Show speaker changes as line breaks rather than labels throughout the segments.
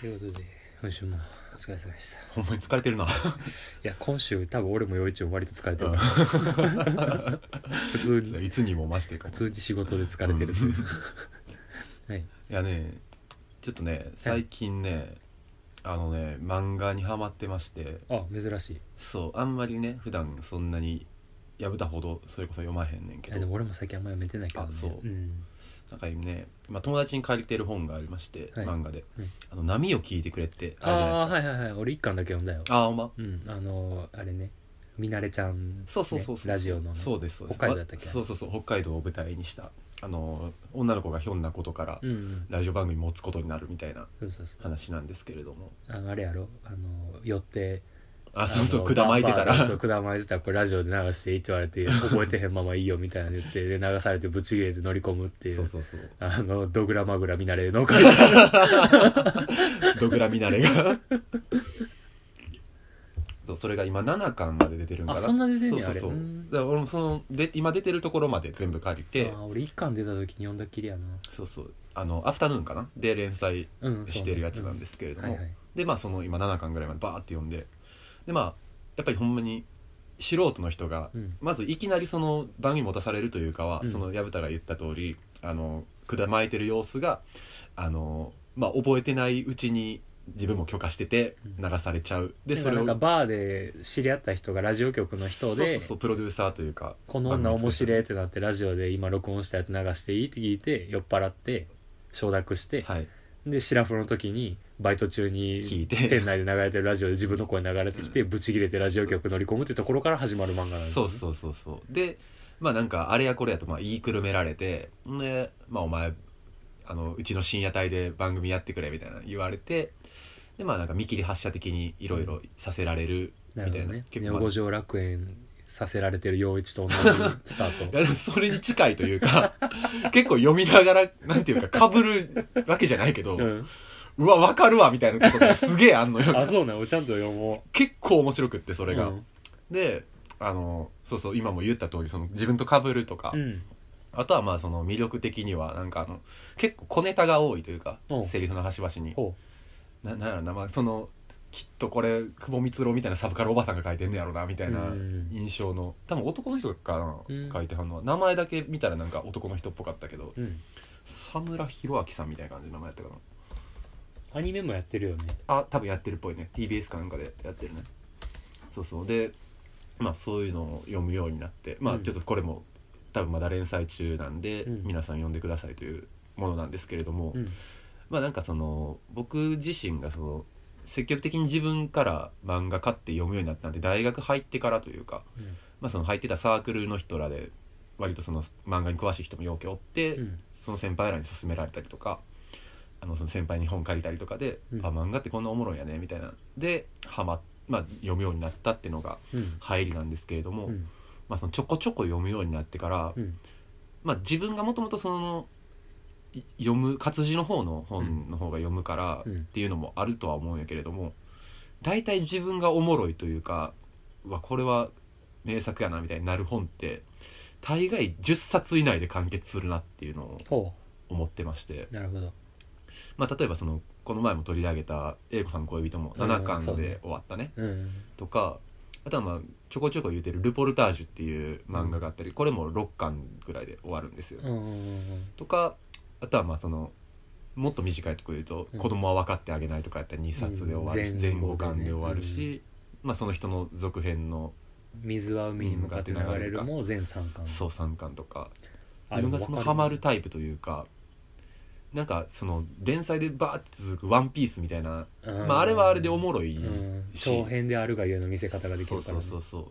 ということで今週もお疲れ様でしたい
ほんまに疲れて るな
や今週多分俺も陽一も割と疲れてる、
うん
普通に
いつにも増してか
普通に仕事で疲れてるという、はい
いやねちょっとね最近ねあのね漫画にハマってまして
あ珍しい
そうあんまりね普段そんなに破たほどそれこそ読まへんねんけ
あで
ど
も俺も最近あんま読めてないけど、ね、、
あそうんなんかね、まあ、友達に借りてる本がありまして、
はい
漫画で、
はい
あの波を聞いてくれ」ってあ
あ
るじゃ
あ
ないですか
はいはいはい俺一巻だけ読んだよ
ああほんま
うんあのーあれねみなれちゃん、ね、
そうそうそうそう
ラジオのね、
そうですそうです
北海道だったっけ
まそうそうそう北海道を舞台にしたあの女の子がひょんなことから
うんうん
ラジオ番組持つことになるみたいな
そうそうそう
話なんですけれども
あのあれやろあの寄って
あそうそ
あ
う
の
くだまいてたら
バーバーそうくだまいてたらこれラジオで流していいって言われて覚えてへんままいいよみたいなの言ってで流されてブチ切れて乗り込むっていう
そうそうそう
あのドグラマグラみなれの会は
ドグラミナレが そうそれが今7巻まで出てるんかな
あそんな出てんねや
そうそうそ
あ
う
れうん
だから俺もそので今出てるところまで全部借りて
あ俺一巻出た時に読んだっきりやな
そうそうあのアフタヌーンかなで連載
うん
してるやつなんですすけれど
は
も、
いはい
でまあその今7巻ぐらいまでバーって読んででまあやっぱりほんまに素人の人が、
うん
まずいきなりその番組持たされるというかは、
うん
その薮田が言った通りあのくだまいてる様子があのまあ覚えてないうちに自分も許可してて
うん
流されちゃう、で
で
そ
それ
れを
なんかバーで知り合った人がラジオ局の人
そう
で
そうそうプロデューサーというか
この女面白いってなってラジオで今録音したやつ流していいって聞いて酔っ払って承諾して、
はい
でシラフの時にバイト中に
聞いて
店内で流れてるラジオで自分の声流れてきてブチ切れてラジオ局乗り込むってところから始まる漫画なんです
そうそうそうそうでまあなんかあれやこれやとまあ言いくるめられてんでまあお前あのうちの深夜帯で番組やってくれみたいな言われてでまあなんか見切り発車的にいろいろさせられるみ
な
た
る
い
ほ
な
どね「
結
ネオ
構、ま
五
あ
条楽園」させられてる陽一と同じスター
い
ト
やでもそれに近いというか 結構読みながらなんていうかかぶるわけじゃないけど、う
うん、
わわかるわみたいなことがすげえあんのよ
あそうなのちゃんと読もう
結構面白くってそれが、
うん
であのそうそう今も言った通りその自分とかぶるとか、
うん
あとはまあその魅力的にはなんかあの結構小ネタが多いというか
うん
セリフの端々に
ほ
ななんやろなまあそのきっとこれ久保光郎みたいなサブカルおばさんが書いてんねやろなみたいな
うん
印象の多分男の人かな、
うん
書いてはんのは名前だけ見たらなんか男の人っぽかったけど
う、うん、
佐村弘明さんみたいな感じの名前やったかな
アニメもやってるよね
あ多分やってるっぽいね TBS かなんかでやってるねそうそうでまあそういうのを読むようになってま
う
あ
ん
ちょっとこれも多分まだ連載中なんで、
うん
皆さん読んでくださいというものなんですけれども、
うん
まあなんかその僕自身がその積極的に自分から漫画買って読むようになったんで大学入ってからというか、
うん
まあ、その入ってたサークルの人らで割とその漫画に詳しい人もよくおって、
うん
その先輩らに勧められたりとかあのその先輩に本借りたりとかで、
うん
あ漫画ってこんなおもろいんやねみたいなでハマ、まあ、読むようになったってのが
うん
入りなんですけれども、
うん
まあ、そのちょこちょこ読むようになってから、
うん
まあ、自分がもともとそのい読む活字の方の本の方が読むから
う
っ
ん
ていうのもあるとは思うんやけれども大体自分がおもろいというかうわこれは名作やなみたいになる本って大概10冊以内で完結するなっていうのを
ほ
思ってまして、
うなるほど
まあ、例えばそのこの前も取り上げた「英子さんの恋人」も
うん
7巻
そうね
で終わったね
うん
とかあとはまあちょこちょこ言うてる「ルポルタージュ」っていう漫画があったりこれも6巻ぐらいで終わるんですよ。
うんうんうん
とかあとはまあそのもっと短いところで言うと、
うん
子供は分かってあげないとかやったら2冊で終わるし、
うん
前
前
後
後
巻
巻
で
でね
終わるし、まあ、その人の続編の
水は海に向かって流れるも全3巻
総3巻とか、
あ
自
でも分
分がそ
かる
のハマるタイプというかなんかその連載でバーって続く「ワンピースみたいな、
うん
まあ、あれはあれでおもろい
うん
し、
長編であるがゆえの見せ方ができ
そ
る
う
か
そ
ら
う
ね
そうそう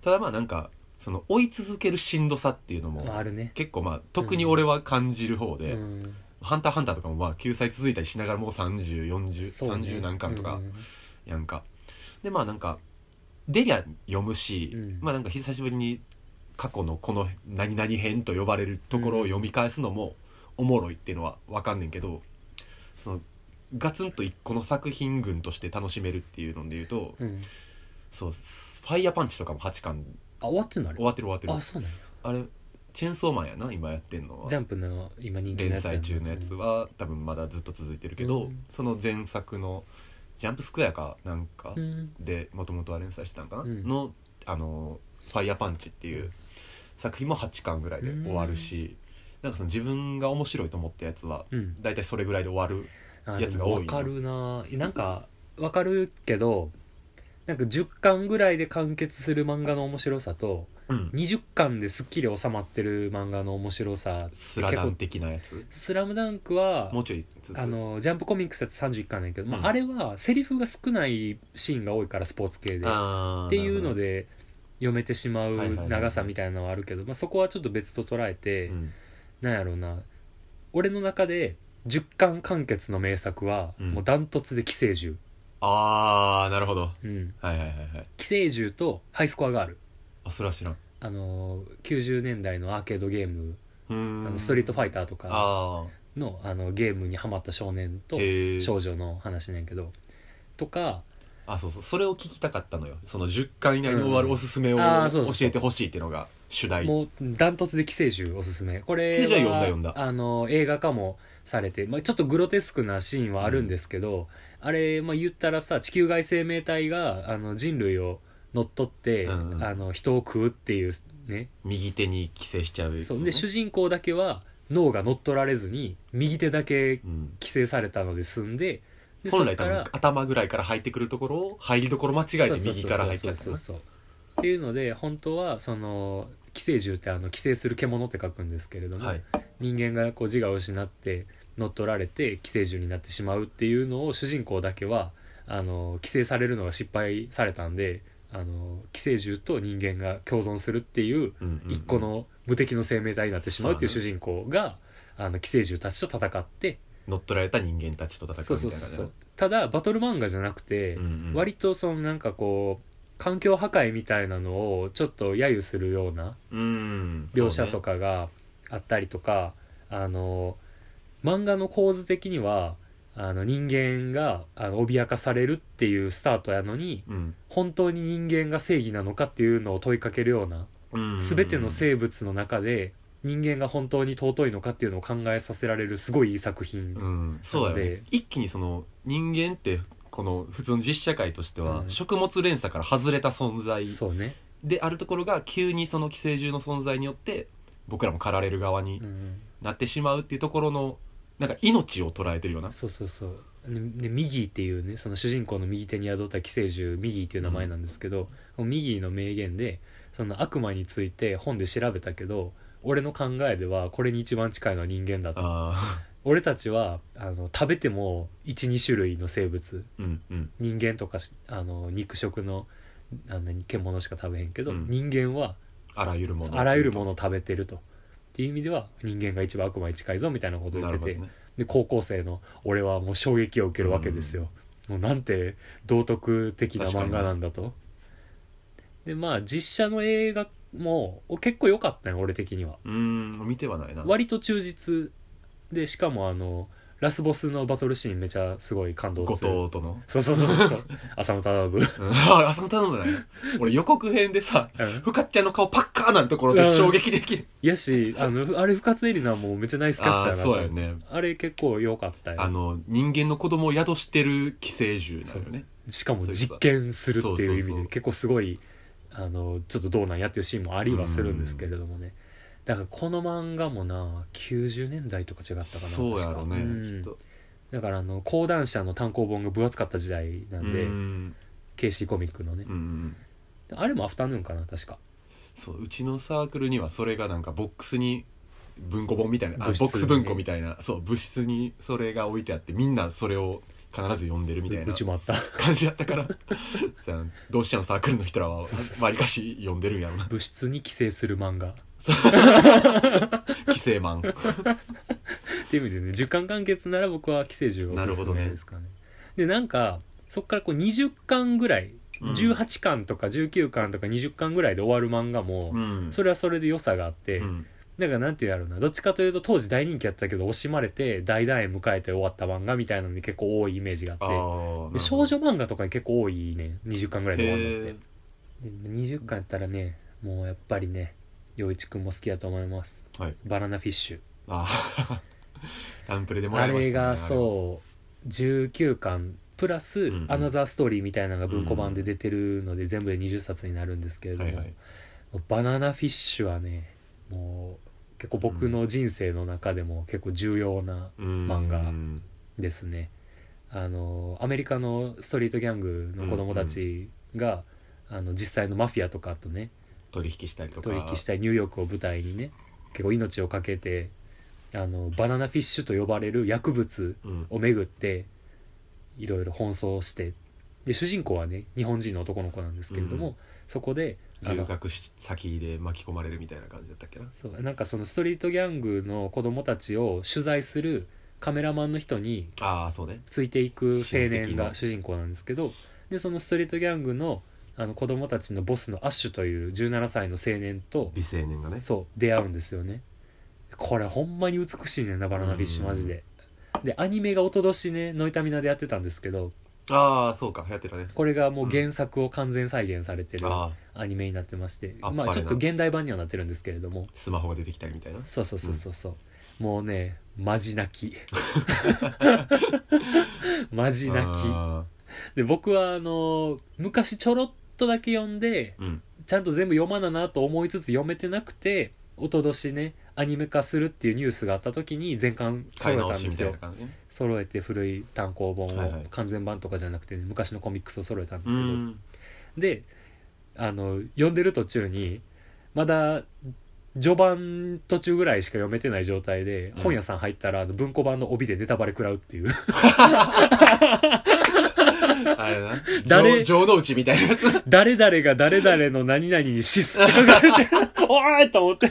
ただまあなんかその追い続けるしんどさっていうのも
まああるね
結構まあ特に俺は感じる方で。
うん
ハンターハンターとかもまあ救済続いたりしながらもう
そうね
304030何巻と
う
か
ん
やんか、でまあなんか出りゃ読むし、
うん
まあなんか久しぶりに過去のこの何々編と呼ばれるところを読み返すのもおもろいっていうのはわかんねんけどそのガツンと一個の作品群として楽しめるっていうので言うと、
うん
そう「ファイヤーパンチ」とかも8巻
あ終わってんのあれ
終わってる終わってる
あそうなんや
あれチェーンソーマンやな今やってんのは
ジャンプの今人気の
連
やつやな
載中のやつは多分まだずっと続いてるけ
う
ど、
ん
その前作の「ジャンプスクエア」かなんか
うん
でもともとは連載してたんかな、
うん
の「あのファイヤーパンチ」っていう作品も8巻ぐらいで終わるし、なんかその自分が面白いと思ったやつは
うん
大体それぐらいで終わる
あ
やつが多い
でもわかるななんかわかるけどなんか10巻ぐらいで完結する漫画の面白さと
うん
20巻ですっきり収まってる漫画の面白さ
スラダン的なやつ
スラムダンクは
もうちょい続く
あのジャンプコミックスだと31巻なんやけど、ま
うん
あ、あれはセリフが少ないシーンが多いからスポーツ系でっ
あー
ていうの
なる
で読めてしま
はいはいは
う
い
長さみたいなのはあるけど、まあ、そこはちょっと別と捉えて、
ほどね
なんやろうな俺の中で10巻完結の名作は
うん
もうダントツで「寄生獣
ああなるほど」
うん
はいはいはいはい
「寄生獣」と「ハイスコアガール
あそれは知らん」
あのー90年代のアーケードゲーム
う
「あ
ー
の
ん
ストリートファイ
タ
ター」とか
あ
のあのゲームにハマった少年
あ
と
へえ
少女の話なんやけどとか
あそうそうそれを聞きたかったのよその10巻以内に終わるおすすめを
うんあーそうそうそう
教えてほしいっていうのが主題
もうダントツで寄生獣おすすめこれは
寄生獣は読んだ読ん
あの映画化もされて、まあ、ちょっとグロテスクなシーンはあるんですけど、あれ、まあ、言ったらさ地球外生命体があの人類を乗っ取って、
うんうん
あの人を食うっていうね
右手に寄生しちゃう
そうで主人公だけは脳が乗っ取られずに右手だけ
うん
寄生されたので済んでで
本
そっ
来多分頭ぐらいから入ってくるところを入りどころ間違えて右から入っちゃった
そう
な
そうそうそうっていうので本当はその寄生獣ってあの寄生する獣って書くんですけれども、
はい
人間がこう自我を失って乗っ取られて寄生獣になってしまうっていうのを主人公だけはあの寄生されるのが失敗されたんであの寄生獣と人間が共存するっていう
うんうんうん
一個の無敵の生命体になってしまうっていう主人公が、あの寄生獣たちと戦って
乗っ取られた人間たちと戦
そう
う
そう
みたいな
そう
ね
ただバトル漫画じゃなくて、
うんうん
割とそのなんかこう環境破壊みたいなのをちょっと揶揄するような
うん
描写と
か
かがあったりとか、あの漫画の構図的にはあの人間があの脅かされるっていうスタートやのに本当に人間が正義なのかっていうのを問いかけるような全ての
い
生物の中で人間が本当に尊いのかっていうのを考えさせられるすごいいい作品、
うんそうだよ
な
ね
んで
一気にその人間ってこの普通の実社会としては
うん
食物連鎖から外れた存在
そうね、
であるところが急にその寄生獣の存在によって僕らも駆られる側に
うん、
なってしまうっていうところのなんか命を捉えてるような
そうそうそうでミギーっていうねその主人公の右手に宿った寄生獣ミギーっていう名前なんですけど、ミギーの名言でその悪魔について本で調べたけど俺の考えではこれに一番近いのは人間だと
あ
俺たちはあの食べても12種類の生物
ー うんうん
人間とかしあの肉食のあの獣しか食べへんけど、
うん
人間は
あらゆるもの
あらゆるものを食べてると。っていう意味では人間が一番悪魔に近いぞみたいなことを言
な
っ
る
て
ほど
て、
ね
で高校生の俺はもう衝撃を受けるわけですよ、もうなんて道徳的な漫画なんだとでまあ実写の映画もお結構良かったよ俺的には
うーん見てはないな
割と忠実でしかもあのラスボスのバトルシーンめちゃすごい感動
後
する
藤との
そうそうそうそう 浅野忠信
うんああその頼むない俺予告編でさ
うん
ふかっちゃんの顔パッカーなるところで衝撃的
いやしあのあれ深津絵里奈もめっちゃナイスキャスタ
あ
ー
あ
だな
そうやね
あれ結構良かったよ
あの人間の子供を宿してる寄生獣なのよね
しかも実験するっていう意
そう
味
そうそ
で
う
結構すごいあのちょっとどうなんやっていうシーンもありはするんですけれどもねだからこの漫画もな90年代とか違ったかな
そうやろね
確か
き
ん
っと
だからあの講談社の単行本が分厚かった時代な
うん
で、
ん
ケーシーコミックのね
うんうん
あれもアフタヌーンかな確か
そううちのサークルにはそれがなんかボックスに文庫本みたいなあ
物質にね
ボックス文庫みたいなそう物質にそれが置いてあってみんなそれを必ず読んでるみたいうな
うちもあった
感じだったから さあ同志社のサークルの人らはわりかし読んでるんや ろな
物質に寄生する漫画っ
寄生マン
ていう意味でね10巻完結なら僕は寄生獣がおす
なる
す
ほど
め
ね
ですかねでなんかそっからこう20巻ぐらい
うん
18巻とか19巻とか20巻ぐらいで終わる漫画も、
うん
それはそれで良さがあって、
うん
だからなんていうんやろうなどっちかというと当時大人気やったけど惜しまれて大団円迎えて終わった漫画みたいなのに結構多いイメージが
あ
あって
ー
で少女漫画とかに結構多いね20巻ぐらいで終わるのっ
へ
てで20巻やったらねもうやっぱりね陽一くんも好きだと思います
はい
バナナフィッシュ
あー タンプレでもら
あ
いまし
れ
たね
がそう19巻プラス、
んうん
アナザーストーリーみたいなのが文庫版で出てるので、全部で20冊になるんですけれ
あ
ども、
れはいはい
バナナフィッシュはねもう結構僕の人生の中でも結構重要な漫画
うん
ですね、あのアメリカのストリートギャングの子供たちが、あの実際のマフィアとかとね
取引したりとか
取引したいニューヨークを舞台にね結構命を懸けてあのバナナフィッシュと呼ばれる薬物
うん
をめぐっていろいろ奔走してで主人公はね日本人の男の子なんですけれども、
うん
そこであ
留
の
学し先で巻き込まれるみたいな感じだったっけな
そうなんかそのストリートギャングの子供たちを取材するカメラマンの人に
ああそうね
ついていく青年
親戚
が
の
主人公なんですけどでそのストリートギャングのあの子供たちのボスのアッシュという17歳の青年と
美青年がね
そう出会うんですよねこれほんまに美しいねんなバナナフィッシュ
うん
マジででアニメがおととしねノイタミナでやってたんですけど
ああそうか流行ってたね
これがもう原作を完全再現されてる
ああ
アニメになってまして
あっぱれな
まあちょっと現代版にはなってるんですけれども
スマホが出てきたりみたいな
そうそうそうそうそう、もうねマジ 泣きマジ泣き
あ
で僕はあの昔ちょろっとだけ読んで
ーうん
ちゃんと全部読まななと思いつつ読めてなくておととしねアニメ化するっていうニュースがあった時に全巻揃
買
え
い
たん
直し
で
み
す
たい
よ
な感じね
揃えて古い単行本
はいは
を
い
完全版とかじゃなくてね、昔のコミックスを揃えたんで
う
すけど、
ん
であの読んでる途中にまだ序盤途中ぐらいしか読めてない状態で、
うん
本屋さん入ったらあの文庫版の帯でネタバレ食らうっていう
あれな
誰
誰城之内みたいなやつ
誰々が誰々の何々に失踪が出て おーいと思って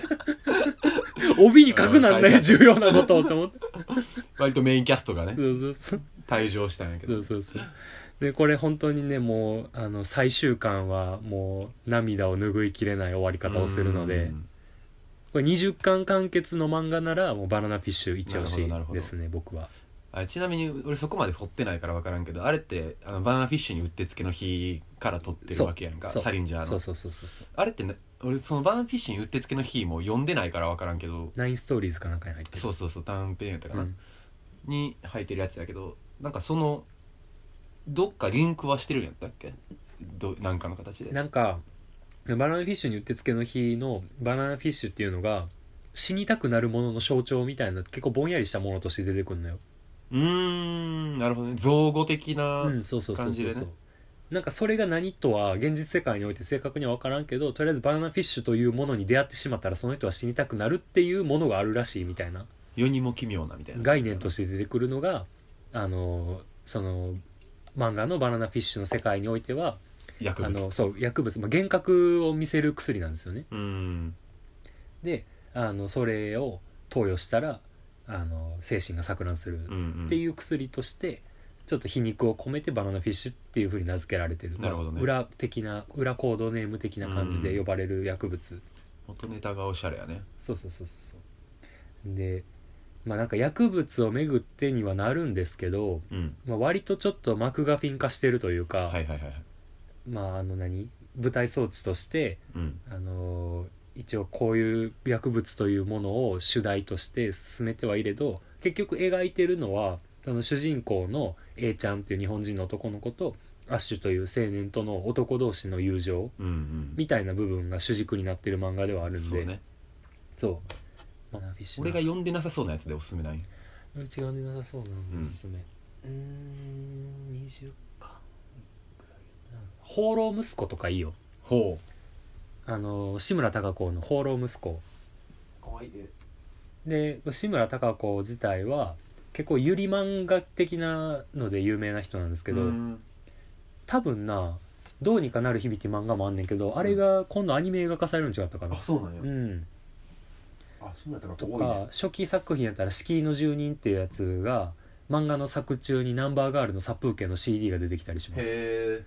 帯に書くなんだ
う
よ
ん
重要なことをと思って
割とメインキャストがね
そうそうそう
退場したんやけ
そ
ど
うそうそうでこれ本当にねもうあの最終巻はもう涙を拭いきれない終わり方をするので、
うん
これ20巻完結の漫画ならもうバナナフィッシュ一押し
なるほどなるほど
ですね僕は
あれちなみに俺そこまで掘ってないから分からんけどあれってあのバナナフィッシュにうってつけの日から撮ってるわけやんか
そう
サリンジャー
そ
の
うそうそうそうそう
あれってな俺そのバナナフィッシュにうってつけの日も読んでないから分からんけど
ナインストーリーズかなんかに入ってる
そうそうそう短編やったか
う
な、
ん
に入ってるやつだけどなんかそのどっかリンクはしてるんやったっけどなんかの形で
なんかバナナフィッシュにうってつけの日のバナナフィッシュっていうのが死にたくなるものの象徴みたいな結構ぼんやりしたものとして出てくるのよ
うーんなるほどね造語的な、
うんそうそうそうそ
感じ
う
で
そう、
ね
なんかそれが何とは現実世界において正確には分からんけどとりあえずバナナフィッシュというものに出会ってしまったらその人は死にたくなるっていうものがあるらしいみたいな
世にも奇妙なみたいな
概念として出てくるのがあのその漫画の「バナナフィッシュ」の世界においては
薬
あ
物
のそう薬物、まあ、幻覚を見せる薬なんですよね
うーん
であのそれを投与したらあの精神が錯乱する
うんうん
っていう薬としてちょっと皮肉を込めてバナナフィッシュっていうふうに名付けられてる
なるほどね
裏的な裏コードネーム的な感じで呼ばれる薬物、
元ネタがおしゃれやね
そうそうそうそうそうでまあなんか薬物をめぐってにはなるんですけど、
うん
まあ、割とちょっとマクガフィン化してるというか、
はいはいはいはい
まああの何舞台装置として
うん
あのー一応こういう薬物というものを主題として進めてはいれど結局描いてるのはその主人公の A ちゃんっていう日本人の男の子とアッシュという青年との男同士の友情
うんうん
みたいな部分が主軸になってる漫画ではあるん
そう
で
ね
そうマナフィッシュ
俺が読んでなさそうなやつでおすすめない
うちが読んでなさそうな
う
の
ん
おすすめうーん20巻放浪息子とかいいよ
ほ
あの志村貴子の放浪息子
うかわいいね
で志村貴子自体は結構ゆり漫画的なので有名な人なんですけ
け
ど、
ど
多分な「どうにかなる日々」っていう漫画もあんねんけどあれが今度アニメ映画化されるん違ったかな、
そうなん
うん
あそうなった
とか、初期作品やったら「敷居の住人」っていうやつが漫画の作中にナンバーガールの殺風景の CD が出てきたりします
へ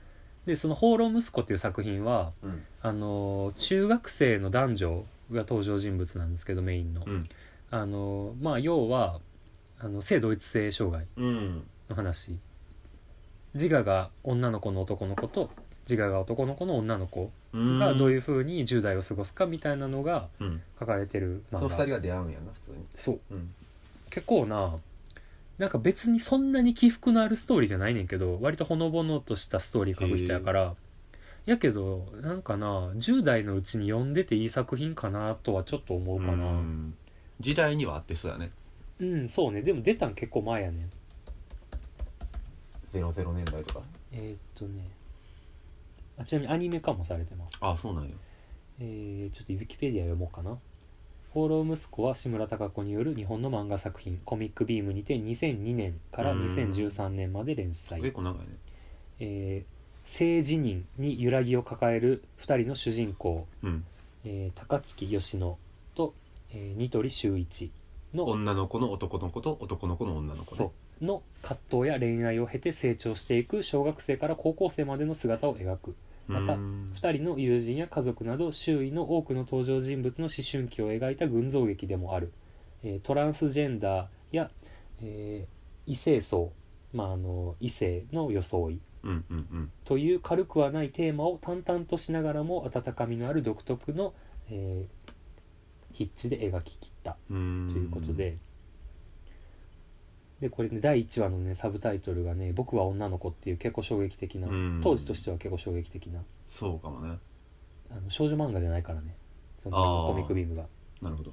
でその「放浪息子」っていう作品は
えうん
あの中学生の男女が登場人物なんですけどメインの、
うん
あのまあ要はあの性同一性障害
うん
の話自我が女の子の男の子と自我が男の子の女の子
うん
がどういうふうに10代を過ごすかみたいなのが
うん
書かれてる
その
漫
二
画
人が出会うんやな普通に
そう
うん
結構ななんか別にそんなに起伏のあるストーリーじゃないねんけど割とほのぼのとしたストーリー書く人やからやけどなんかな10代のうちに読んでていい作品かなとはちょっと思うかなうん、
ん時代には合ってそうやね
そうねでも出たん結構前やねん
00年代とか
えーっとねあちなみにアニメ化もされてます
あそうなんや
えーちょっとウィキペディア読もうかな「放浪息子」は志村貴子による日本の漫画作品コミックビームにて2002年から2013年まで連載
結構長いね
えー性自認に揺らぎを抱える2人の主人公、
うん
えー高槻佳乃と、えー、ニトリ秀一の
女の子の男の子と男の子の女の子ね
そうの葛藤や恋愛を経て成長していく小学生から高校生までの姿を描くまた
うん
2人の友人や家族など周囲の多くの登場人物の思春期を描いた群像劇でもある、えートランスジェンダーや、えー異性層、まあ、あの異性の装い
うんうんうん
という軽くはないテーマを淡々としながらも温かみのある独特の、えー筆致で描き切ったと
と
いうことで、でこれね第1話のねサブタイトルがね「僕は女の子」っていう結構衝撃的な
うん
当時としては結構衝撃的な
そうかもね
あの少女漫画じゃないからねその時
あ
の
ー
コミックビームが
なるほど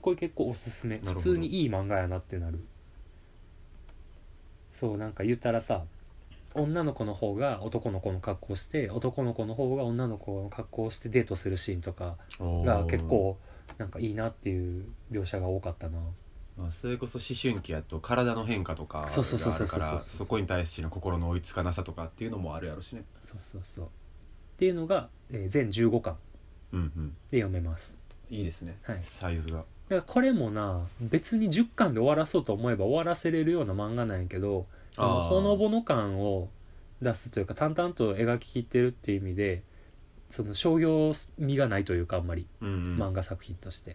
これ結構おすすめ
るほ
普
ど
通にいい漫画やなってなるそうなんか言ったらさ女の子の方が男の子の格好をして男の子の方が女の子の格好をしてデートするシーンとか
おー
が結構なんかいいなっていう描写が多かったな
まあ、それこそ思春期やと体の変化とかが
そうそうそう
あ
そう
る
そう
からそこに対しての心の追いつかなさとかっていうのもあるやろしね
そうそうそうっていうのが、えー全15巻
うんうん
で読めます
いいですね、
はい
サイズが
だからこれもな別に10巻で終わらそうと思えば終わらせれるような漫画なんやけどあの
あー
ほのぼの感を出すというか淡々と描ききってるっていう意味でその商業味がないというかあんまり
うん、うん
漫画作品として、っ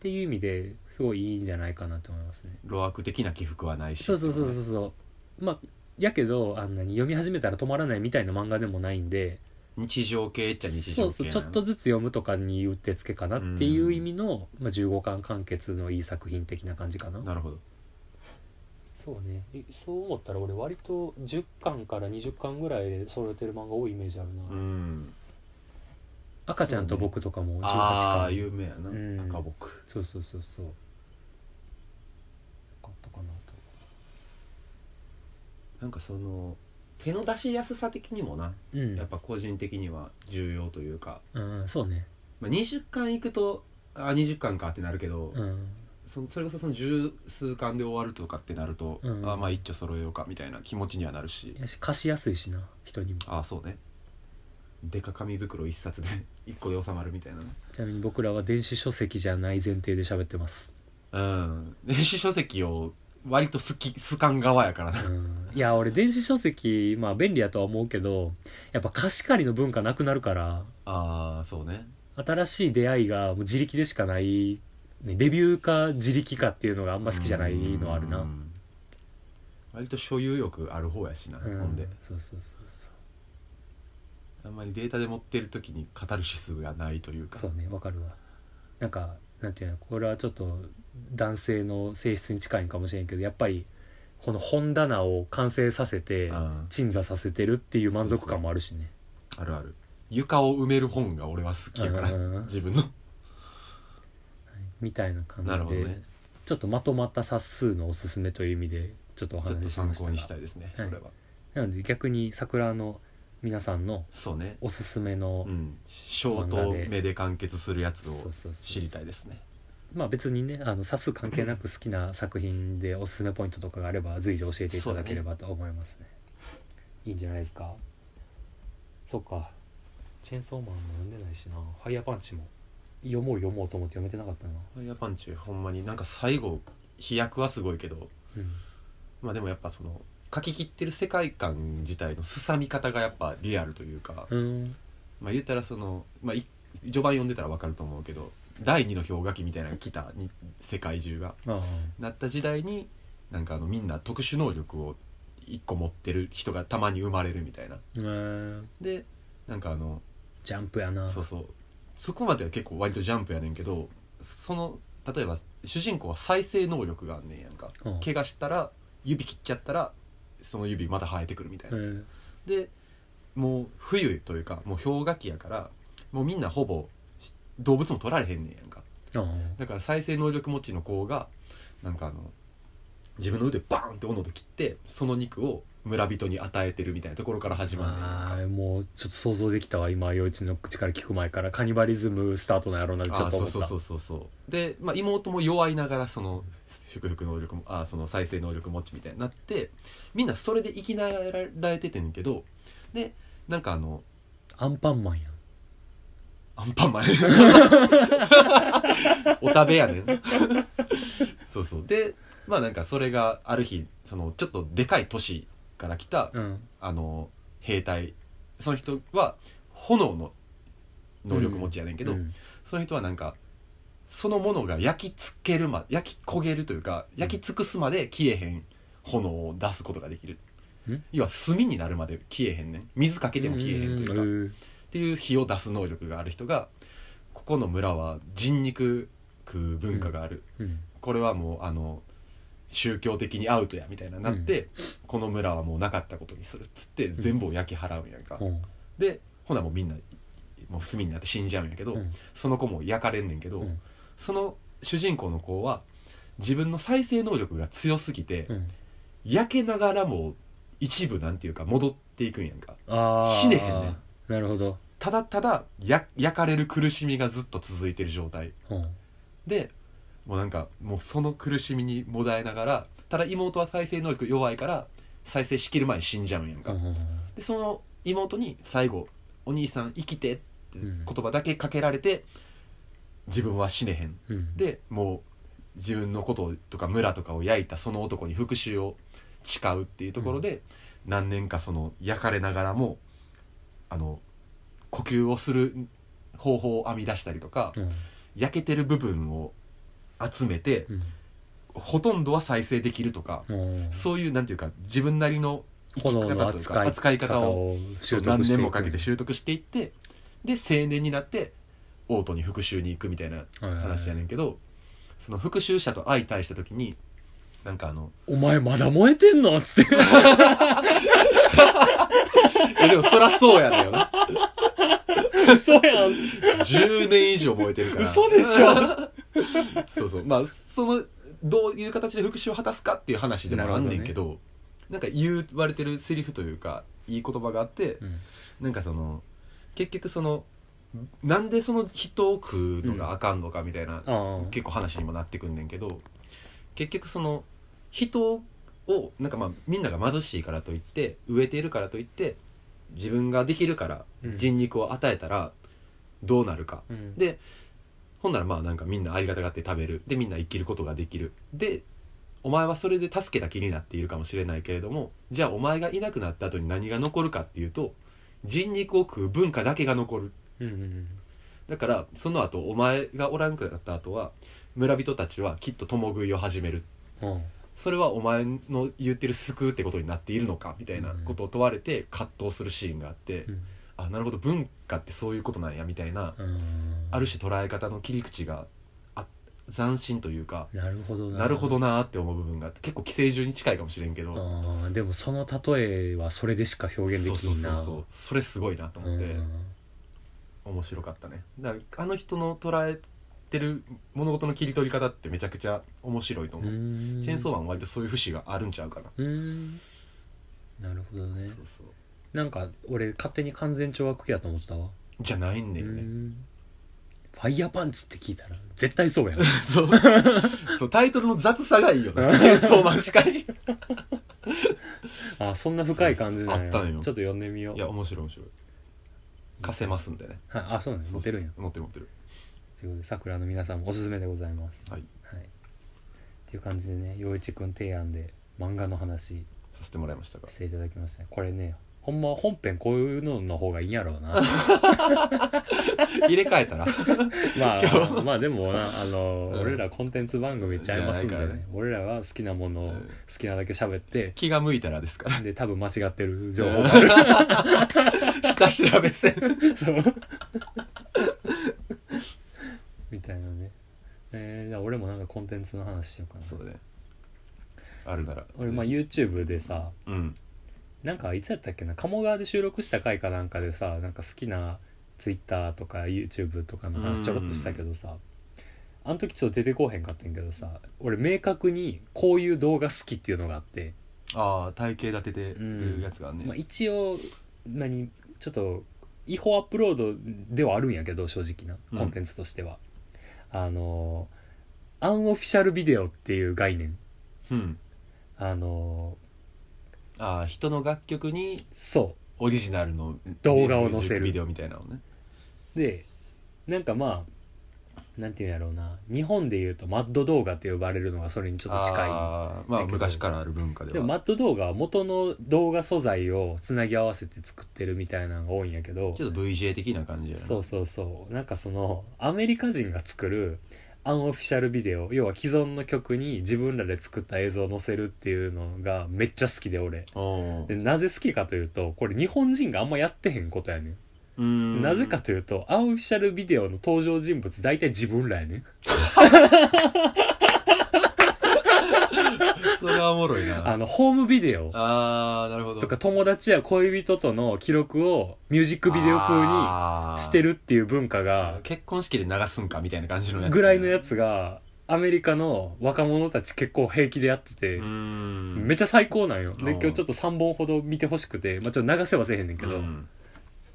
ていう意味ですごいいいんじゃないかなと思いますね
露悪的な起伏はないし
そうそうそうそうそうまあやけどあんなに読み始めたら止まらないみたいな漫画でもないんで
日常系っちゃ日
そ
常
うそ
系
う
な
ちょっとずつ読むとかにうってつけかなっていう意味の、まあ、15巻完結のいい作品的な感じかな
なるほど
そうねえそう思ったら俺割と10巻から20巻ぐらいで揃えてる漫画多いイメージあるな、
うん
赤ちゃんと僕とかも18
ああ
巻
有名やな、
うん
赤僕
そうそうそうそうよかったかなと
なんかその手の出しやすさ的にもな、
うん
やっぱ個人的には重要というか、
うんそうね
まあ、20巻いくとあ20巻かってなるけど、
うん
そそれこそその十数巻で終わるとかってなると、
うん
あまあ一丁揃えようかみたいな気持ちにはなるし
やし貸しやすいしな人にも
ああそうねでか紙袋一冊で 一個で収まるみたいなね
ちなみに僕らは電子書籍じゃない前提で喋ってます
うん電子書籍を割と好き好かん側やからな
うんいや俺電子書籍まあ便利やとは思うけどやっぱ貸し借りの文化なくなるから
ああそうね
新しい出会いがもう自力でしかない、ね、レビューか自力かっていうのがあんま好きじゃないのはあるな
うん割と所有欲ある方やしな、
うん
ほんで
そうそうそう
あんまりデータで持ってる時に語る指数がないというか
そうそうねわかるわなんかなんていうのこれはちょっと男性の性質に近いんかもしれんけどやっぱりこの本棚を完成させて
うん
鎮座させてるっていう満足感もあるしね
あるある床を埋める本が俺は好きやから、
うんはい
自分の
みたいな感じ
なるほど
で、
ね
ちょっとまとまった冊数のおすすめという意味でちょっとお
ちょっと
話しし
参
まし
考にしたた
が
いですね、
はい
それは
なので逆に桜の皆さんの
そうね
おすすめの
うんショート目で完結するやつ
そ
を
うそうそう
知りたいですね
まあ別にねあの差数関係なく好きな作品でおすすめポイントとかがあれば随時教えていただければと思いますねいいんじゃないですかそっかチェーンソーマンも読んでないしなファイヤーパンチも読もう読もうと思って読めてなかったな
ファイヤーパンチほんまになんか最後飛躍はすごいけど
うん
まあでもやっぱその書き切ってる世界観自体のすさみ方がやっぱリアルというか、
うん
まあ言ったらその、まあ、い序盤読んでたらわかると思うけど第二の氷河期みたいなのが来たに世界中が
ああ
なった時代になんかあのみんな特殊能力を一個持ってる人がたまに生まれるみたいな
うん
でなんかあの
ジャンプやな
そうそうそこまでは結構割とジャンプやねんけどその例えば主人公は再生能力があんねんやんか
うん
怪我したら指切っちゃったらその指また生えてくるみたいな、
うん
でもう冬というかもう氷河期やからもうみんなほぼ動物も取られへんねんやんか
うん
だから再生能力持ちの子がなんかあの自分の腕バーンって斧で切ってその肉を村人に与えてるみたいなところから始まるねんやん
あ
か
ーもうちょっと想像できたわ今陽一の口から聞く前からカニバリズムスタートなんやろうなってちょ
あ
っと
ーそ
思
う
った
そうそうそうそうで、まあ、妹も弱いながらその祝福能力もあーその再生能力持ちみたいになってみんなそれで生きなられててんけどでなんかあの
アンパンマンやん
アンパン マンお食べやねんそうそうでまあなんかそれがある日そのちょっとでかい都市から来た
うん
あの兵隊その人は炎の能力持ちやねんけど、
うん
その人はなんかそのものが焼きつけるま焼き焦げるというか焼き尽くすまで消えへん炎を出すことができる
うん
要は炭になるまで消えへんねん水かけても消えへんというか、
うん
っていう火を出す能力がある人がここの村は人肉食う文化がある、
うん
これはもうあの宗教的にアウトやみたいななって、この村はもうなかったことにするっつって全部を焼き払うんやんか、
うん
でほなもうみんなもう炭になって死んじゃうんやけど、
うん
その子も焼かれんねんけど、
うん
その主人公の子は自分の再生能力が強すぎて、
うん
焼けながらも一部なんていうか戻っていくんやんか
あー
死ねへんねん
なるほど
ただただや焼かれる苦しみがずっと続いてる状態
うん
でもうなんかもうその苦しみにもだえながらただ妹は再生能力弱いから再生しきる前に死んじゃうんやん
う
か、
んうん
でその妹に最後「お兄さん生きて」って
うん
言葉だけかけられて、自分は死ねへん
うん
でもう自分のこととか村とかを焼いたその男に復讐を誓うっていうところで、何年かその焼かれながらもあの呼吸をする方法を編み出したりとか、
うん
焼けてる部分を集めて
うん
ほとんどは再生できるとか、
うん
そういうなんていうか自分なりの生き
炎
方
の
というか
扱い
扱い方を
習
何
得していく
年もかけて習得していってで青年になって王都に復讐に行くみたいな話やねんけど、その復讐者と相対した時になんかあの
お前まだ燃えてんのつ って。
えでもそらそうやねんよ な
嘘やん。
10年以上燃えてるから
嘘でしょ
そうそうまあそのどういう形で復讐を果たすかっていう話でもあんねんけどなんか言われてるセリフというかいい言葉があって、
うん
なんかその結局そのなんでその人を食うのがあかんのかみたいな、
ああ
結構話にもなってくんねんけど結局その人をなんかまあみんなが貧しいからといって植えているからといって自分ができるから
うん
人肉を与えたらどうなるか、
うん
でほんならまあなんかみんなありがたがって食べるでみんな生きることができるでお前はそれで助けた気になっているかもしれないけれどもじゃあお前がいなくなった後に何が残るかっていうと人肉を食う文化だけが残る
うんうん
だからその後お前がおらんくなった後は村人たちはきっと共食いを始める
うんうん
それはお前の言ってる救うってことになっているのかみたいなことを問われて葛藤するシーンがあって、
うん
あなるほど文化ってそういうことなんやみたいな
うん
ある種捉え方の切り口があ斬新というか
なるほど
なるほどなーって思う部分があって結構寄生獣に近いかもしれんけど、
ああでもその例えはそれでしか表現で
そう
き
そう
ひん
そう
な
そうそれすごいなと思って。面白かったねだからあの人の捉えてる物事の切り取り方ってめちゃくちゃ面白いと思う、
ん
チェーンソ
ー
ーマンは割とそういう節があるんちゃうかな、
うんなるほどね
そうそう
なんか俺勝手に完全懲悪系やと思ってたわ
じゃないんだ
う
よね、
んファイヤーパンチって聞いたら絶対そうやん
そうそうタイトルの雑さがいいよねチェーンソーマンしかいい
あそんな深い感じなんや
そうそうあった
ちょ
んよ
っと読んでみよう
や面白い面白い貸せますんでね
はいあそうなんです
そう
持てるんや
持ってる持ってる
ということでさくらの皆さんもおすすめでございます
はい
はい、っていう感じでね陽一くん提案で漫画の話
させてもらいましたが
していただきましたねこれねほんま本編こういうのの方がいいんやろうな
入れ替えたら
ま
今
あまあでもなあの、
うん
俺らコンテンツ番組ちゃいますんで
じゃないから
ね
ね
俺らは好きなものを
う
好
ん
きなだけ喋って
気が向いたらですから
で多分間違ってる情 報もある
下調べせん
そう みたいなねえー、じゃあ俺もなんかコンテンツの話しようかな
そうねあるなら
俺まあ YouTube でさ
うん
なんかいつやったっけな鴨川で収録した回かなんかでさなんか好きな Twitter とか YouTube とかの話ちょろっとしたけどさあの時ちょっと出てこうへんかったんやけどさ俺明確にこういう動画好きっていうのがあって、
ああ体型立ててるやつがね、
まあ、一応何ちょっと違法アップロードではあるんやけど正直な
うん
コンテンツとしては、あのアンオフィシャルビデオっていう概念
うん
あの
ああ人の楽曲に
そう
オリジナルの
動画を載せる
ミュージックビデオみたいなのね
でなんかまあなんていうんやろうな日本でいうとマッド動画って呼ばれるのがそれにちょっと近
あーま
だ
あ
けど
昔からある文化
い
で
で
は
もマッド動画は元の動画素材をつなぎ合わせて作ってるみたいなのが多いんやけど
ちょっと VJ 的な感じやな
そうそうそうなんかそのアメリカ人が作るアンオフィシャルビデオ要は既存の曲に自分らで作った映像を載せるっていうのがめっちゃ好きで俺
お
で
ー
なぜ好きかというとこれ日本人があんまやってへんことやねん
うーん
なぜかというとアンオフィシャルビデオの登場人物大体自分らやねん
それはおもろいな
あのホームビデオ
あーなるほど
とか友達や恋人との記録をミュージックビデオ風に
あー
してるっていう文化が
結婚式で流すんかみたいな感じのやつ
ぐらいのやつがアメリカの若者たち結構平気でやってて
うーん
めっちゃ最高なんよで
うん
今日ちょっと3本ほど見てほしくてまあちょっと流せはせえへんねんけど
うん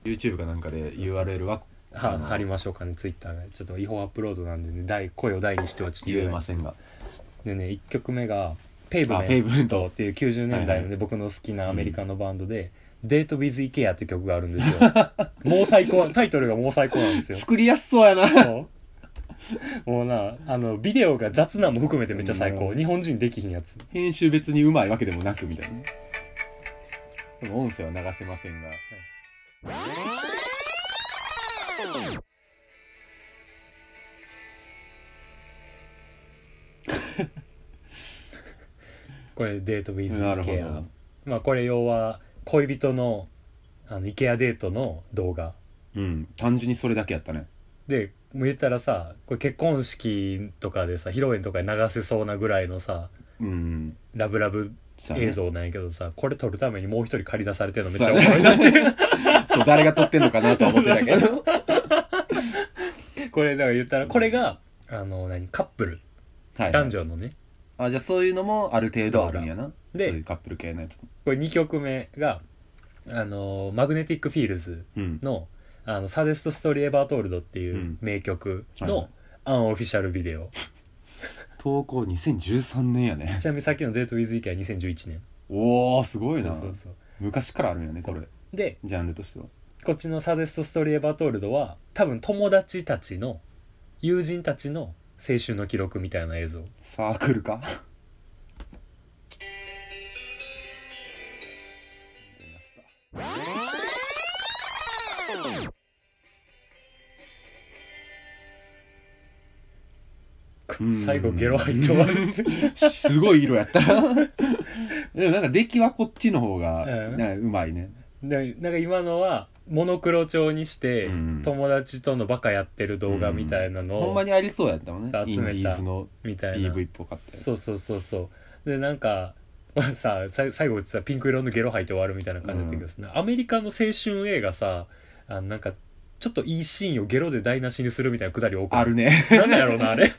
YouTube かなんかで URL は
は
あの
貼りましょうかねツイッターでちょっと違法アップロードなんでね大声を大にしてはちょっと
言
言え
え
ま
ますせんが
でね1曲目が「ペイブ
あペイブ
メ
メ
ン
ン
ト
ト」
っていう90年
は
代
い
の
は
ね僕の好きなアメリカのバンドで「デート・ウィズ・イケア」っていう曲があるんですよ もう最高タイトルがもう最高なんですよ
作りやすそうやな
そうもうなあのビデオが雑なんも含めてめっちゃ最高、
うん
日本人できひんやつ
編集別にうまいわけでもなくみたいなでも音声は流せませんが
これデートウィズ
なるほ
IKEA
ど
まあこれ要は恋人のあの IKEA デートの動画
うん単純にそれだけやったね
でもう言ったらさこれ結婚式とかでさ披露宴とかに流せそうなぐらいのさ
うん
ラブラブ
そうやね
映像なんやけどさこれ撮るためにもう一人借り出されてるのめっち
そ
ゃ
う
おもろいなって
そう誰が撮ってんのかなとは思ってた けど
これだから言ったらこれがあの何カップル
はい
男女のね
あじゃあそういうのもある程度あるんやな
で
そういうカップル系のやつ
これ2曲目があのマグネティック・フィールズ
うん
の「あのサデスト・ストーリー・エバー・トールド」っていううん名曲
はいは
の
い
アンオフィシャルビデオ、
投稿2013年やね
ちなみにさっきの「デート・ウィズ・イケア」2011年
おーすごい
そ
な
うそうそう
昔からあるんやねそれ
で
ジャンルとしては
こっちの「サデスト・ストーリー・エバー・トールドは」多分友達たちの友人たちの青春の記録みたいな映像
サークルかうん
最後ゲロ入って終わるって
すごい色やったでもなんか出来はこっちの方が
うん
ねうまいね
でなんか今のはモノクロ調にして、
うん
友達とのバカやってる動画みたいなの
ほん
を、
まにありそうやったもんね
集めた
インディーズの
みたいな
PV っぽかったよ
そうそうそうそうでなんかまあささい最後さピンク色のゲロ吐いて終わるみたいな感じだったけどさ、アメリカの青春映画さあのなんかちょっといいシーンをゲロで台無しにするみたいなくだり多くない
あるね
なんだろうなあ れ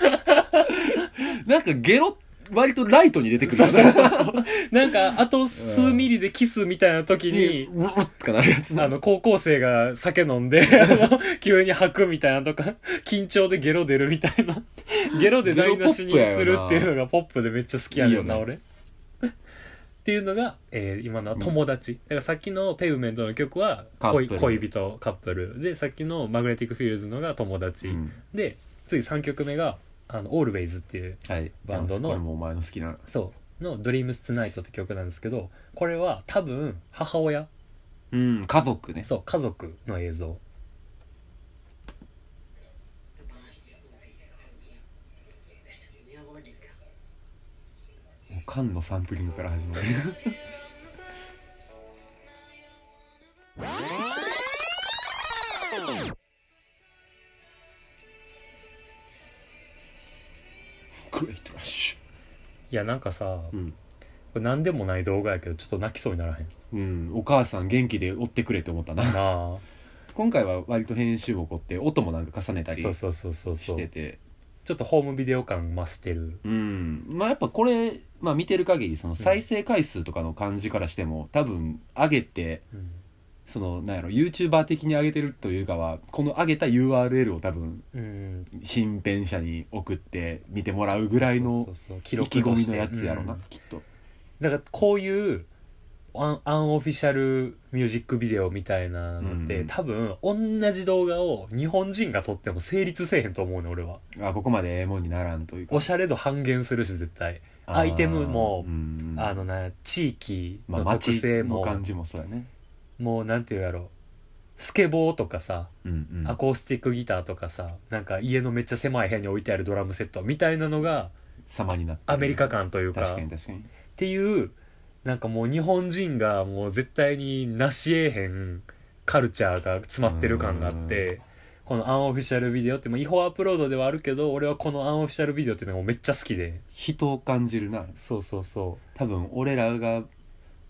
なんかゲロ割とライトに出てくる
そうそうそうそうなんかあと数ミリでキスみたいな時に、
うわっとかなるやつ
あの高校生が酒飲んであの急に吐くみたいなとか緊張でゲロ出るみたい なゲロで台無しに
ゲロポッ
す
プや
る
よ
って
な
いうのがポップでめっちゃ好きやねんない
いよ
俺っていうのが、えー今のは友達、だからさっきのペイブメントの曲は
カップル
恋恋人カップルでさっきのマグネティックフィールズのが友達、
うん
で次3曲目があの「Always」っていう
はい
バンドの
これもお前の好きな
そうの「Dreams Tonight」って曲なんですけどこれは多分母親
うん家族ね
そう家族の映像
もう缶のサンプリングから始まるグレイトラッシ
いやなんかさ
ュうん、
これ何でもない動画やけどちょっと泣きそうにならへん
うん、お母さん元気で追ってくれって思ったな
な
今回は割と編集も凝って音もなんか重ねた
あ
り
そう
し
そうそうそうそう
てて
ちょっとホームビデオ感増してる
うんまあやっぱこれ、まあ、見てる限りその再生回数とかの感じからしても、多分上げて
うん
そのなんやろ YouTuber 的に上げてるというかはこの上げた URL を多分
うん
新編者に送って見てもらうぐらいの
そうそうそう記
意
録
気
と
込
し
み
て
のやつやろな、
うん
きっと
だからこういうアンアンオフィシャルミュージックビデオみたいなのって、
うん
多分同じ動画を日本人が撮っても成立せえへんと思うね俺は
あここまでええもんにならんというか
おしゃれ度半減するし絶対
あー
アイテムも
うん
あのね地域
まあ、
の特性
街の
も、
感じもそうやね
もうなんていうやろスケボーとかさ、
うんうん
アコースティックギターとかさなんか家のめっちゃ狭い部屋に置いてあるドラムセットみたいなのが
様になってる
アメリカ感というか
確かに確かに
っていうなんかもう日本人がもう絶対になし得へんカルチャーが詰まってる感があってこのアンオフィシャルビデオってもう違法アップロードではあるけど俺はこのアンオフィシャルビデオっていうのがめっちゃ好きで
人を感じるな
そうそうそ
多分俺らが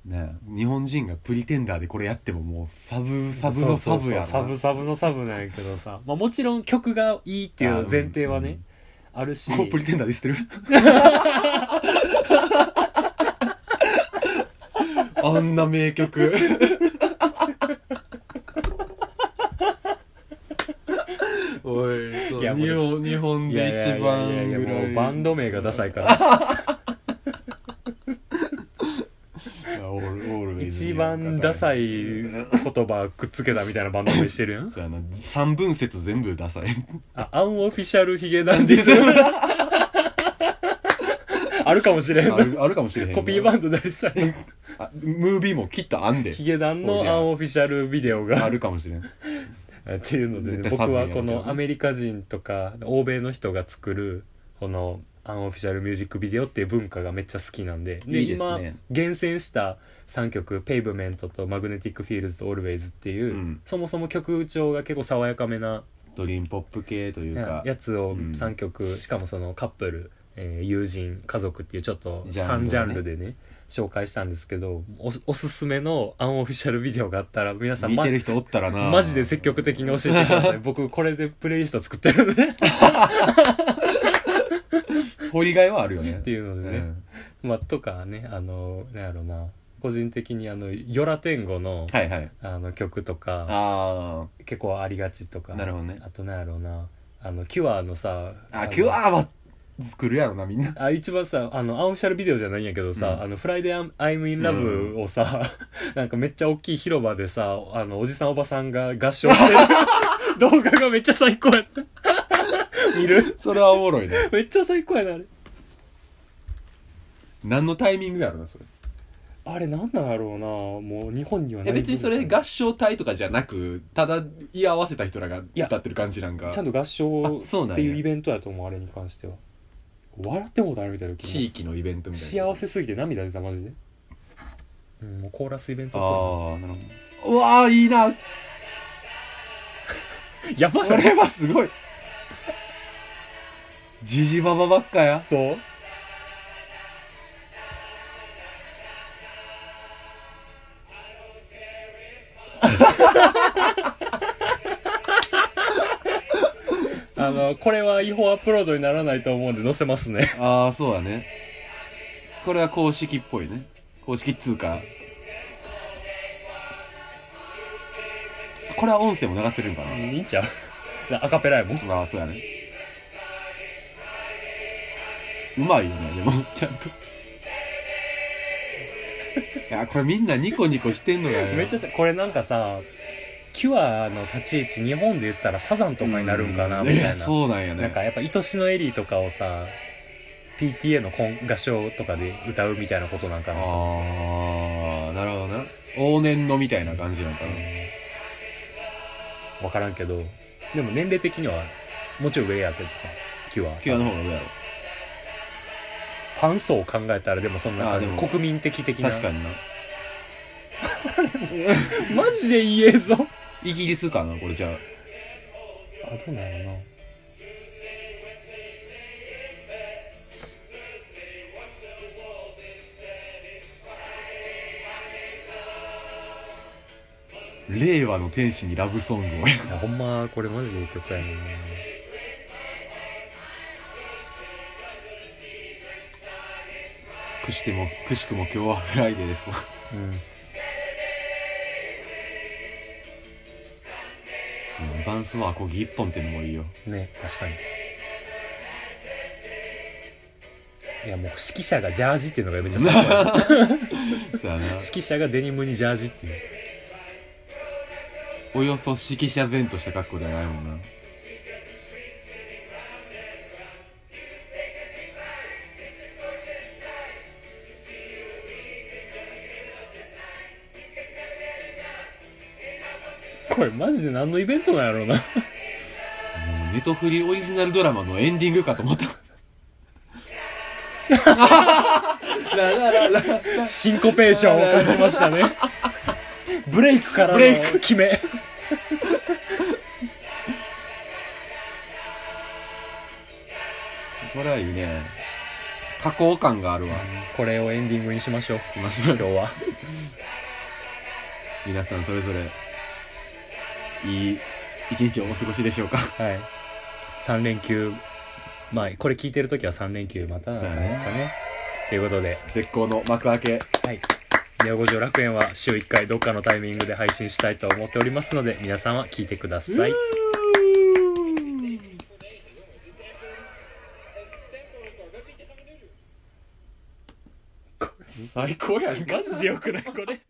ね日本人がプリテンダーでこれやってももうサブ
う
サブのサ
そう
ブ
そう
や
そうサ
ろ
ブ
な
サブのサブなんやけどさ、まあ、もちろん曲がいいっていう前提はねあるし
うんうんもうプリテンダーで捨て るあんな名曲おいそう
いやもう
日本日本
いやいや
で
いやい
一
や
番
いや
ぐ
も
ら
う
い
バンド名がダサいから
いやオールオールウェイズ
一番ダサい言葉くっつけたみたいなバンド名してるやん
そうやな3分節全部ダサい
あ、アンオフィシャルヒゲダンディズム。あるかもしれん
あ
な。
るあるかもしれへんな
コピーバンドなりさ、
あムービーもきっとあんで
ヒゲダン のアンオフィシャルビデオが
あるかもしれん
っていうので、
絶対サ
僕
ブや
は
ん
このアメリカ人とか欧米の人が作る、このアンオフィシャルミュージックビデオっていう文化がめっちゃ好きなんで、
いいです
今
ね
厳選した3曲、ペイブメントとマグネティックフィールズとオルウェイズっていう、
うん
そもそも曲調が結構爽やかめな
ドリームポップ系というか
やつを
うん
3曲、しかもそのカップル、えー友人家族っていうちょっと
ジャンルね
3ジャンルでね紹介したんですけどおおすすめのアンオフィシャルビデオがあったら皆さん、
見
ま
てる人おったらな
マジで積極的に教えてく ださい僕これでプレイリスト作ってるんでっ
掘りがいはあるよね
ていうので
う
ね、
ん
まあとかねあのなんやろな個人的にあのヨラテンゴの,、
はいはい
あの曲とか
あ
結構ありがちとか
なるほどね
あとなんやろなあのキュアのさ
ーあ
の
キュアーは作るやろなみんな
あ一番さあのアンオフィシャルビデオじゃないんやけどさ「
うん
あのフライデーアイムインラブをさ、 なんかめっちゃ大きい広場でさあのおじさんおばさんが合唱 してる動画がめっちゃ最高やった見る
それはおもろいね
めっちゃ最高やなあれ
何のタイミングやろなそれ
あれなんなんやろうなもう日本にはない
え別にそれ合唱隊とかじゃなくただ居合わせた人らが歌ってる感じなんか
ちゃんと合唱
あそう
っ
な
て
ん
いう
や
イベントやと思うあれに関しては笑ってもうたなみたいな
地域のイベントみたいな
幸せすぎて涙出たマジで、うん、もうコーラスイベントっぽ
ああなるほどうわーいいない
やば
こ
い
れはすごいジジババばっかや
そう あのこれは違法アップロードにならないと思うんで載せますね
ああそうだねこれは公式っぽいね公式っつうかこれは音声も流せるんか
いいんちゃうアカペラやもん
なああそうやねうまいよねでもちゃんと いやこれみんなニコニコしてんのが
めっちゃさこれなんかさキュアの立ち位置日本で言ったらサザンとかになるんかな
う
みたいな
やそうなんやね
なんかやっぱ愛しのエリーとかをさ PTA のコン合唱とかで歌うみたいなことなんかな
ああなるほどな往年のみたいな感じなんかな
分からんけどでも年齢的にはもちろん上やけどさキュア
キュアの方が上やろ
ファン層を考えたらでもそんな
あーでも
国民的的な
確かにな
マジで言えぞ
イギリスかなこれじゃあ
あどうなのな
令和の天使にラブソングを
いやほんまこれマジでいい曲やねんな
くしてもくしくも今日はフライデーですわ
うん
うんバンスはアコギ一本ってのも いいよ
ね確かにいやもう指揮者がジャージっていうのがめっちゃ 最高やな
そうやな
指揮者がデニムにジャージっていう
およそ指揮者前とした格好ではないもんな
これマジで何のイベントなんやろうな
もうネトフリオリジナルドラマのエンディングかと思ったララララ
シンコペーションを感じました ねブレイクからの
ブレイク
決め
これはいいね加工感があるわ
これをエンディングにしましょう
しまし
今
ょう
日は
皆さんそれぞれいい一日をお過ごしでしょうか
はい3連休まあこれ聞いてる時は3連休またなんですかねということで
絶好の幕開け
はい。ネオ五条楽園は週1回どっかのタイミングで配信したいと思っておりますので、皆さんは聞いてください。
最高やんか
ジでよくないこれ。